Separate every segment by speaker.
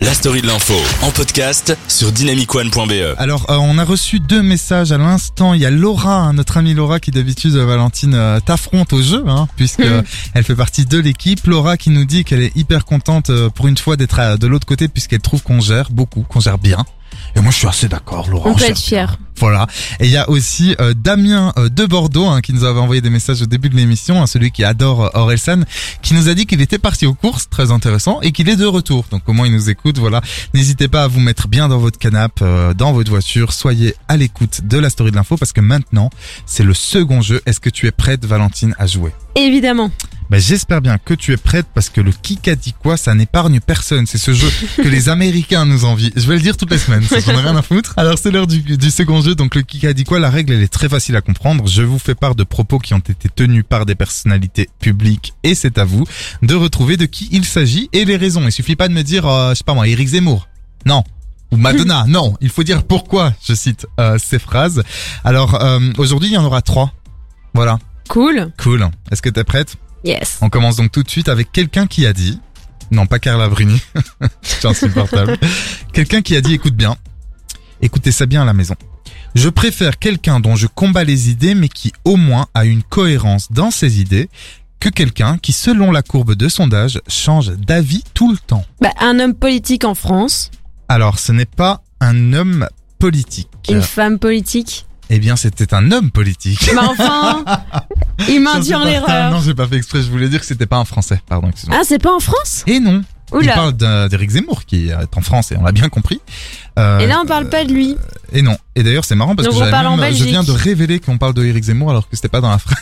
Speaker 1: La story de l'info en podcast sur dynamicone.be.
Speaker 2: Alors, euh, on a reçu deux messages à l'instant. Il y a Laura, hein, notre amie Laura, qui d'habitude, euh, Valentine, euh, t'affronte au jeu, hein, puisque euh, elle fait partie de l'équipe. Laura qui nous dit qu'elle est hyper contente euh, pour une fois d'être à- de l'autre côté, puisqu'elle trouve qu'on gère beaucoup, qu'on gère bien. Et moi, je suis assez d'accord, Laura.
Speaker 3: On peut
Speaker 2: gère
Speaker 3: être fier.
Speaker 2: Voilà. Et il y a aussi euh, Damien euh, de Bordeaux hein, qui nous avait envoyé des messages au début de l'émission, hein, celui qui adore euh, Orelsan, qui nous a dit qu'il était parti aux courses, très intéressant, et qu'il est de retour. Donc au moins il nous écoute, voilà. N'hésitez pas à vous mettre bien dans votre canapé, euh, dans votre voiture, soyez à l'écoute de la story de l'info parce que maintenant c'est le second jeu. Est-ce que tu es prête Valentine à jouer
Speaker 3: Évidemment.
Speaker 2: bah, J'espère bien que tu es prête parce que le qui qu'a dit quoi, ça n'épargne personne. C'est ce jeu que les Américains nous envient. Je vais le dire toutes les semaines, ça j'en ai rien à foutre. Alors c'est l'heure du, du second jeu, donc le qui qu'a dit quoi, la règle elle est très facile à comprendre. Je vous fais part de propos qui ont été tenus par des personnalités publiques et c'est à vous de retrouver de qui il s'agit et les raisons. Il suffit pas de me dire, euh, je sais pas moi, Eric Zemmour. Non. Ou Madonna, non, il faut dire pourquoi, je cite euh, ces phrases. Alors, euh, aujourd'hui, il y en aura trois. Voilà,
Speaker 3: Cool.
Speaker 2: cool. Est-ce que t'es prête
Speaker 3: Yes.
Speaker 2: on commence donc tout de suite avec quelqu'un qui a dit, non pas Carla Bruni, c'est insupportable, quelqu'un qui a dit écoute bien, écoutez ça bien à la maison. Je préfère quelqu'un dont je combats les idées mais qui au moins a une cohérence dans ses idées que quelqu'un qui selon la courbe de sondage change d'avis tout le temps.
Speaker 3: Bah, un homme politique en France,
Speaker 2: Alors ce n'est pas un homme politique.
Speaker 3: une femme politique.
Speaker 2: Eh bien c'était un homme politique.
Speaker 3: Mais enfin, il m'induit
Speaker 2: Ça,
Speaker 3: en
Speaker 2: c'est pas- Ah,
Speaker 3: erreur.
Speaker 2: non, j'ai pas fait exprès, je voulais dire que c'était pas un français, pardon, excuse-moi.
Speaker 3: Ah, c'est pas en France
Speaker 2: Et non, Il
Speaker 3: Oula.
Speaker 2: parle d'un- d'Éric Zemmour qui est en France et on l'a bien compris. Euh,
Speaker 3: Et là, on parle pas de lui.
Speaker 2: et non. Et d'ailleurs, c'est marrant parce
Speaker 3: Donc
Speaker 2: que
Speaker 3: on
Speaker 2: j'avais
Speaker 3: parle en
Speaker 2: même- je
Speaker 3: Belgique.
Speaker 2: viens de révéler qu'on parle d'Éric Zemmour alors que c'était pas dans la phrase.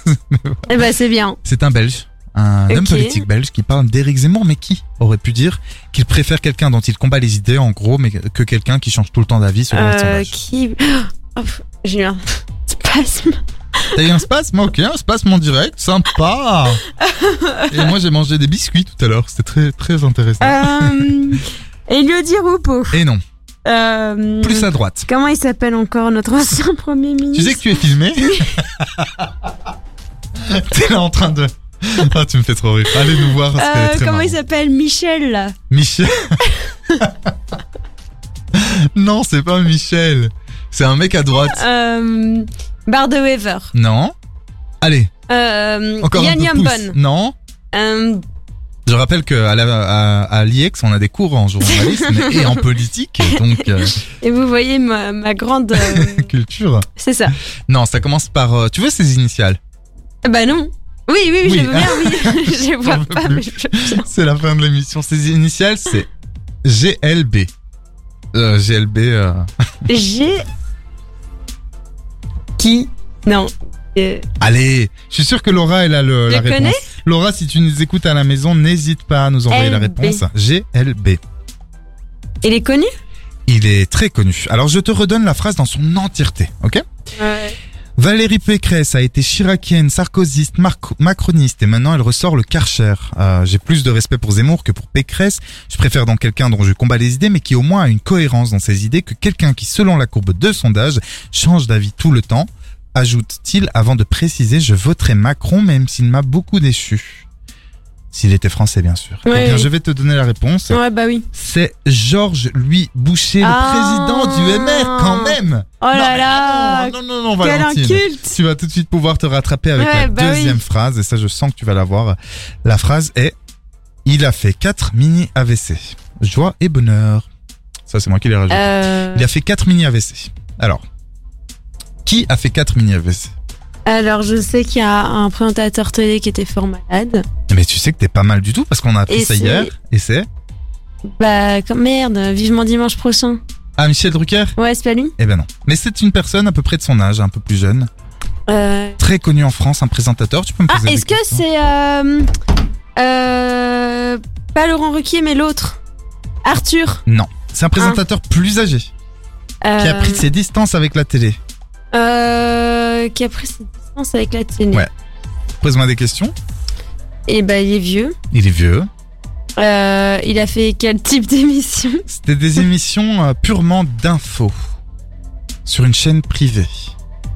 Speaker 3: Eh bah, c'est bien.
Speaker 2: C'est un Belge, un homme
Speaker 3: Ok.
Speaker 2: politique belge qui parle d'Éric Zemmour, mais qui aurait pu dire qu'il préfère quelqu'un dont il combat les idées en gros, mais que quelqu'un qui change tout le temps d'avis sur le
Speaker 3: Euh,
Speaker 2: sondage.
Speaker 3: qui. Oh, pff, J'ai eu un spasme.
Speaker 2: T'as eu un spasme Ok, un spasme en direct, sympa. et moi, j'ai mangé des biscuits tout à l'heure. C'était très très intéressant.
Speaker 3: Euh. Elodie Roupeau.
Speaker 2: Et non,
Speaker 3: Euh.
Speaker 2: plus à droite.
Speaker 3: Comment il s'appelle encore notre ancien premier
Speaker 2: Tu sais que
Speaker 3: ministre
Speaker 2: tu es filmé T'es là en train de. Ah, tu me fais trop rire. Allez nous voir. Parce qu'elle est
Speaker 3: Euh,
Speaker 2: très
Speaker 3: Comment il
Speaker 2: marrante.
Speaker 3: s'appelle Michel là
Speaker 2: Michel. non, c'est pas Michel. C'est un mec à droite.
Speaker 3: Euh. Bar de Weaver.
Speaker 2: Non. Allez,
Speaker 3: Euh.
Speaker 2: encore
Speaker 3: Yann
Speaker 2: un peu de pouce.
Speaker 3: Yambon.
Speaker 2: Non.
Speaker 3: Euh,
Speaker 2: Je rappelle qu'à la, à, à l'IEX, on a des cours en journalisme et en politique, donc euh,
Speaker 3: Et vous voyez ma, ma grande. euh,
Speaker 2: culture.
Speaker 3: c'est ça.
Speaker 2: Non, ça commence par. euh, tu veux ses initiales
Speaker 3: Ah Bah non. Oui, oui, oui,
Speaker 2: Oui.
Speaker 3: je veux bien, oui. je vois
Speaker 2: veux
Speaker 3: pas,
Speaker 2: plus.
Speaker 3: mais je veux bien.
Speaker 2: C'est la fin de l'émission. Ses initiales, c'est GLB. Euh, GLB. euh,
Speaker 3: J'ai. Qui Non. Euh,
Speaker 2: Allez, je suis sûr que Laura elle a le,
Speaker 3: Je
Speaker 2: la réponse.
Speaker 3: connais.
Speaker 2: Laura, si tu nous écoutes à la maison, n'hésite pas à nous envoyer la
Speaker 3: LB.
Speaker 2: réponse. GLB.
Speaker 3: Il est connu
Speaker 2: Il est très connu. Alors je te redonne la phrase dans son entièreté, ok Valérie Pécresse a été chiracienne, sarkozyste, marco- macroniste et maintenant elle ressort le Karcher. Euh, J'ai plus de respect pour Zemmour que pour Pécresse. Je préfère donc quelqu'un dont je combats les idées mais qui au moins a une cohérence dans ses idées que quelqu'un qui, selon la courbe de sondage, change d'avis tout le temps. Ajoute-t-il avant de préciser je voterai Macron même s'il m'a beaucoup déçu. S'il était français bien sûr.
Speaker 3: Oui,
Speaker 2: Eh bien,
Speaker 3: oui.
Speaker 2: je vais te donner la réponse.
Speaker 3: Ouais, bah oui.
Speaker 2: C'est Georges Louis Boucher,
Speaker 3: Ah.
Speaker 2: le président du MR quand même.
Speaker 3: Oh
Speaker 2: Non,
Speaker 3: là
Speaker 2: mais
Speaker 3: là
Speaker 2: non, non, non, non,
Speaker 3: Quel
Speaker 2: Valentine.
Speaker 3: inculte
Speaker 2: Tu vas tout de suite pouvoir te rattraper avec
Speaker 3: Ouais,
Speaker 2: la
Speaker 3: bah oui.
Speaker 2: deuxième phrase, et ça je sens que tu vas l'avoir. La phrase est Il a fait 4 mini AVC. Joie et bonheur. Ça c'est moi qui l'ai rajouté.
Speaker 3: Euh,
Speaker 2: Il a fait 4 mini AVC. Alors, qui a fait 4 mini AVC
Speaker 3: Alors, je sais qu'il y a un présentateur télé qui était fort malade.
Speaker 2: Mais Eh ben, tu sais que t'es pas mal du tout parce qu'on a appris
Speaker 3: Et
Speaker 2: ça
Speaker 3: c'est-
Speaker 2: hier. Et c'est
Speaker 3: Bah, comme- merde, vivement dimanche prochain.
Speaker 2: Ah, Michel Drucker
Speaker 3: Ouais, c'est pas lui
Speaker 2: Eh ben non. Mais c'est une personne à peu près de son âge, un peu plus jeune.
Speaker 3: Euh,
Speaker 2: Très connu en France, un présentateur. Tu peux me
Speaker 3: Ah,
Speaker 2: poser des
Speaker 3: est-ce que
Speaker 2: questions
Speaker 3: c'est. euh, euh, pas Laurent Ruquier, mais l'autre Arthur
Speaker 2: Non. C'est un présentateur plus âgé qui a
Speaker 3: euh,
Speaker 2: pris ses distances avec la télé.
Speaker 3: euh, qui a pris ses distances avec la télé.
Speaker 2: Ouais. Pose-moi des questions.
Speaker 3: Et bah, il est vieux.
Speaker 2: Il est vieux.
Speaker 3: Euh, il a fait quel type d'émission
Speaker 2: C'était des émissions euh, purement d'infos sur une chaîne privée.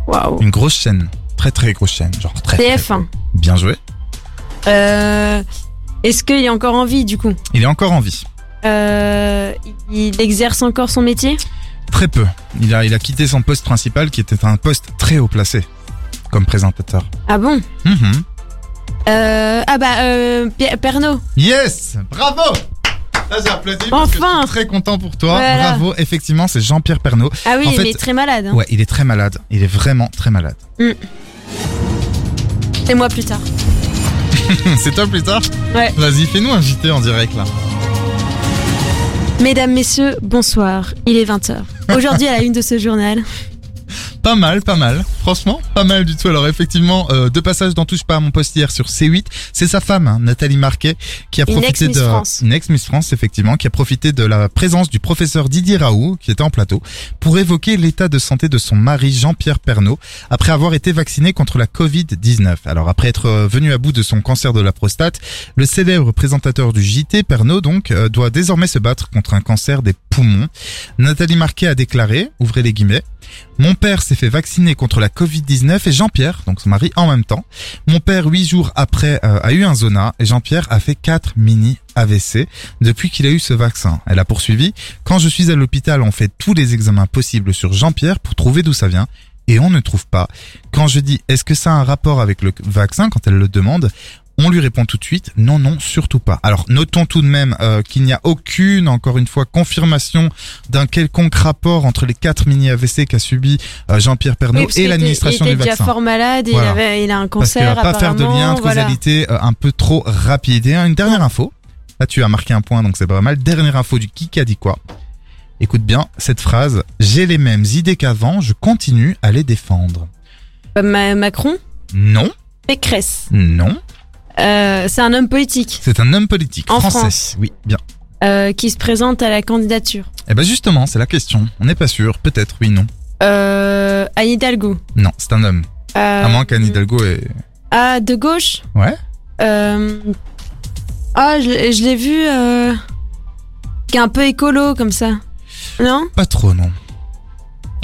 Speaker 3: Waouh.
Speaker 2: Une grosse chaîne. Très très grosse chaîne. Genre très. très-
Speaker 3: TF1.
Speaker 2: Bien joué.
Speaker 3: Euh, est-ce qu'il est encore en vie, du coup
Speaker 2: Il est encore en vie.
Speaker 3: euh, il Il exerce encore son métier
Speaker 2: Très peu. Il a, il a quitté son poste principal qui était un poste très haut placé comme présentateur.
Speaker 3: Ah bon
Speaker 2: Mhm.
Speaker 3: Euh, Ah bah, euh, Pierre- Pernaut.
Speaker 2: Yes Bravo Là j'ai applaudi parce que
Speaker 3: Enfin
Speaker 2: je suis très content pour toi.
Speaker 3: Voilà.
Speaker 2: Bravo, effectivement, c'est Jean-Pierre Pernaud.
Speaker 3: Ah oui,
Speaker 2: En
Speaker 3: il
Speaker 2: fait-
Speaker 3: est très malade. hein.
Speaker 2: Ouais, il est très malade. Il est vraiment très malade.
Speaker 3: C'est moi plus tard.
Speaker 2: Hmm, c'est toi plus tard
Speaker 3: Ouais.
Speaker 2: Vas-y, fais-nous un JT en direct là.
Speaker 3: Mesdames, messieurs, bonsoir. Il est 20h. Aujourd'hui, à la une de ce journal.
Speaker 2: Pas mal, pas mal. Franchement, pas mal du tout. Alors effectivement, euh, deux passages dans Touche pas à mon poste hier sur C8. C'est sa femme, hein, Nathalie Marquet, qui a
Speaker 3: Une
Speaker 2: profité
Speaker 3: ex-Miss
Speaker 2: de
Speaker 3: France.
Speaker 2: une ex-Miss France, effectivement, qui a profité de la présence du professeur Didier Raoult, qui était en plateau, pour évoquer l'état de santé de son mari Jean-Pierre Pernaud, après avoir été vacciné contre la Covid-19. Alors après être euh, venu à bout de son cancer de la prostate, le célèbre présentateur du JT, Pernaud, donc, euh, doit désormais se battre contre un cancer des poumons. Nathalie Marquet a déclaré, ouvrez les guillemets, mon père s'est fait vacciner contre la Covid-19 et Jean-Pierre, donc son mari, en même temps. Mon père, huit jours après, euh, a eu un zona et Jean-Pierre a fait quatre mini AVC depuis qu'il a eu ce vaccin. Elle a poursuivi. Quand je suis à l'hôpital, on fait tous les examens possibles sur Jean-Pierre pour trouver d'où ça vient. Et on ne trouve pas. Quand je dis est-ce que ça a un rapport avec le vaccin, quand elle le demande, on lui répond tout de suite non, non, surtout pas. Alors notons tout de même euh, qu'il n'y a aucune, encore une fois, confirmation d'un quelconque rapport entre les quatre mini AVC qu'a subi euh, Jean-Pierre
Speaker 3: Oui,
Speaker 2: Pernaud
Speaker 3: parce qu'il
Speaker 2: et
Speaker 3: était-
Speaker 2: l'administration
Speaker 3: Il
Speaker 2: du
Speaker 3: était déjà
Speaker 2: vaccin.
Speaker 3: fort malade, et il,
Speaker 2: Voilà.
Speaker 3: avait, il a un
Speaker 2: Parce qu'il
Speaker 3: cancer
Speaker 2: va pas faire de lien
Speaker 3: apparemment,
Speaker 2: de
Speaker 3: voilà.
Speaker 2: causalité euh, un peu trop rapide. Et une dernière info. Là, tu as marqué un point, donc c'est pas mal. Dernière info du qui a dit quoi. Écoute bien cette phrase. J'ai les mêmes idées qu'avant, je continue à les défendre.
Speaker 3: Euh, Ma- Macron
Speaker 2: Non,
Speaker 3: Pécresse.
Speaker 2: non.
Speaker 3: Euh, c'est un homme politique
Speaker 2: C'est un homme politique
Speaker 3: En
Speaker 2: français.
Speaker 3: France.
Speaker 2: Oui, bien.
Speaker 3: euh, qui se présente à la candidature.
Speaker 2: Eh ben justement, c'est la question. On n'est pas sûr. Peut-être, oui, non.
Speaker 3: Euh, Anne Hidalgo.
Speaker 2: Non, c'est un homme.
Speaker 3: Euh,
Speaker 2: à moins qu'Anne Hidalgo ait...
Speaker 3: Ah, de gauche
Speaker 2: Ouais.
Speaker 3: Euh, Ah, je, l'ai- je l'ai vu. Euh... Qui est un peu écolo comme ça. Non
Speaker 2: Pas trop, non.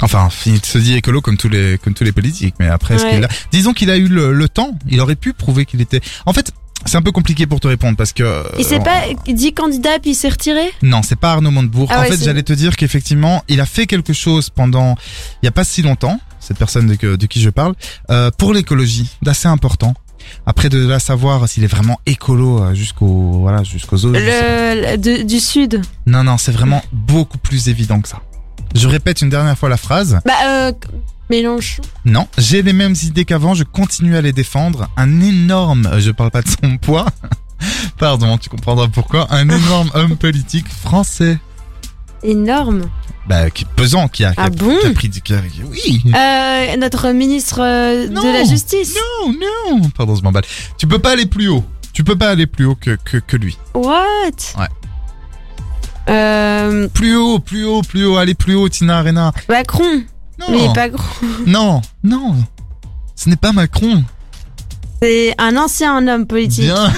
Speaker 2: Enfin, il se dit écolo comme tous les comme tous les politiques, mais après, est-ce
Speaker 3: Ouais.
Speaker 2: qu'il a... disons qu'il a eu le, le temps, il aurait pu prouver qu'il était. En fait, c'est un peu compliqué pour te répondre parce que. euh,
Speaker 3: Il s'est pas dit candidat puis il s'est retiré
Speaker 2: Non, c'est pas Arnaud Montebourg.
Speaker 3: Ah
Speaker 2: en
Speaker 3: ouais,
Speaker 2: fait,
Speaker 3: c'est-
Speaker 2: j'allais te dire qu'effectivement, il a fait quelque chose pendant il y a pas si longtemps. Cette personne de, que- de qui je parle euh, pour l'écologie, d'assez important. Après de là savoir s'il est vraiment écolo euh, jusqu'au voilà jusqu'aux autres.
Speaker 3: le, le- de- Du sud.
Speaker 2: Non, non, c'est vraiment beaucoup plus évident que ça. Je répète une dernière fois la phrase.
Speaker 3: Bah, euh, Mélenchon.
Speaker 2: Non, j'ai les mêmes idées qu'avant, je continue à les défendre. Un énorme, euh, je parle pas de son poids, pardon, tu comprendras pourquoi, un énorme homme politique français.
Speaker 3: Énorme.
Speaker 2: Bah, qui est pesant, qui a, qui a,
Speaker 3: Ah bon
Speaker 2: qui a pris du cœur. Oui
Speaker 3: Euh, notre ministre euh,
Speaker 2: Non.
Speaker 3: de la Justice.
Speaker 2: Non, non Pardon, je m'emballe. Tu peux pas aller plus haut. Tu peux pas aller plus haut que, que, que lui.
Speaker 3: What Euh,
Speaker 2: Plus haut, plus haut, plus haut, allez plus haut, Tina Arena.
Speaker 3: Macron. Mais il
Speaker 2: Non,
Speaker 3: est pas gros.
Speaker 2: non, non. Ce n'est pas Macron.
Speaker 3: C'est un ancien homme politique.
Speaker 2: Bien.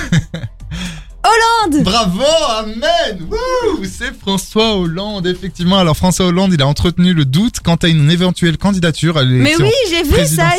Speaker 3: Hollande
Speaker 2: Bravo, amen. Wouh, c'est François Hollande effectivement. Alors François Hollande, il a entretenu le doute quant à une éventuelle candidature à
Speaker 3: Mais
Speaker 2: l'élection
Speaker 3: oui, j'ai vu ça, je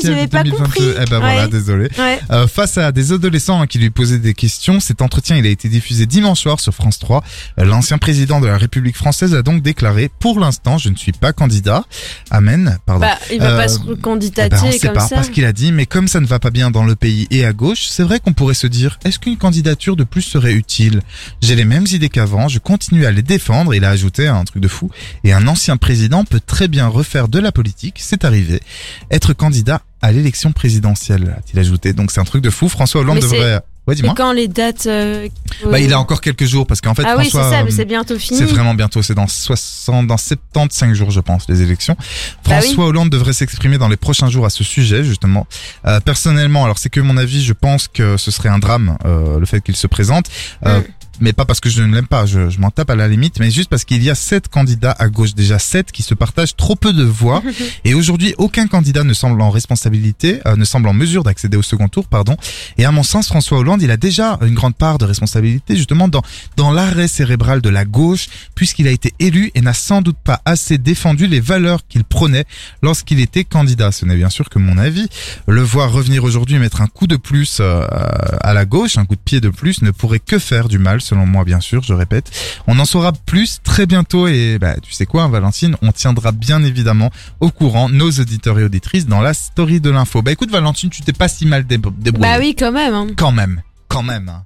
Speaker 2: présidentielle
Speaker 3: n'avais
Speaker 2: de
Speaker 3: pas
Speaker 2: 2022.
Speaker 3: compris.
Speaker 2: Eh ben voilà,
Speaker 3: Ouais.
Speaker 2: désolé.
Speaker 3: Ouais.
Speaker 2: Euh, face à des adolescents hein, qui lui posaient des questions, cet entretien il a été diffusé dimanche soir sur France 3. Euh, L'ancien président de la République française a donc déclaré "Pour l'instant, je ne suis pas candidat." Amen. Pardon.
Speaker 3: Bah, il va
Speaker 2: Euh,
Speaker 3: pas se
Speaker 2: Eh ben, on
Speaker 3: recandidater
Speaker 2: sait
Speaker 3: comme
Speaker 2: pas,
Speaker 3: ça.
Speaker 2: parce qu'il a dit, mais comme ça ne va pas bien dans le pays et à gauche, c'est vrai qu'on pourrait se dire, est-ce qu'une candidature de plus serait utile J'ai les mêmes idées qu'avant, je continue à les défendre, il a ajouté un truc de fou, et un ancien président peut très bien refaire de la politique, c'est arrivé, être candidat à l'élection présidentielle, a-t-il ajouté. Donc c'est un truc de fou, François Hollande
Speaker 3: Mais c'est-
Speaker 2: devrait... Ouais,
Speaker 3: Et
Speaker 2: dis-moi.
Speaker 3: quand les dates. euh, qui-
Speaker 2: Bah, il a encore quelques jours, parce qu'en fait,
Speaker 3: Ah oui, c'est
Speaker 2: François...
Speaker 3: ça,
Speaker 2: euh,
Speaker 3: mais c'est bientôt fini.
Speaker 2: c'est vraiment bientôt, c'est dans 60, dans 75 jours, je pense, les élections.
Speaker 3: Bah oui.
Speaker 2: François Hollande devrait s'exprimer dans les prochains jours à ce sujet, justement. Euh, personnellement, alors c'est que mon avis, je pense que ce serait un drame euh, le fait qu'il se présente. Euh,
Speaker 3: Mm.
Speaker 2: Mais pas parce que je ne l'aime pas, je, je m'en tape à la limite, mais juste parce qu'il y a sept candidats à gauche, déjà sept, qui se partagent trop peu de voix. Et aujourd'hui, aucun candidat ne semble en responsabilité, euh, ne semble en mesure d'accéder au second tour, pardon. Et à mon sens, François Hollande, il a déjà une grande part de responsabilité, justement, dans, dans l'arrêt cérébral de la gauche, puisqu'il a été élu et n'a sans doute pas assez défendu les valeurs qu'il prônait lorsqu'il était candidat. Ce n'est bien sûr que mon avis. Le voir revenir aujourd'hui et mettre un coup de plus euh, à la gauche, un coup de pied de plus, ne pourrait que faire du mal, selon moi bien sûr, je répète. On en saura plus très bientôt et bah, tu sais quoi hein, Valentine, on tiendra bien évidemment au courant nos auditeurs et auditrices dans la story de l'info. Bah écoute Valentine, tu t'es pas si mal dé- débrouillée.
Speaker 3: Bah oui, quand même. hein.
Speaker 2: Quand même, quand même. hein.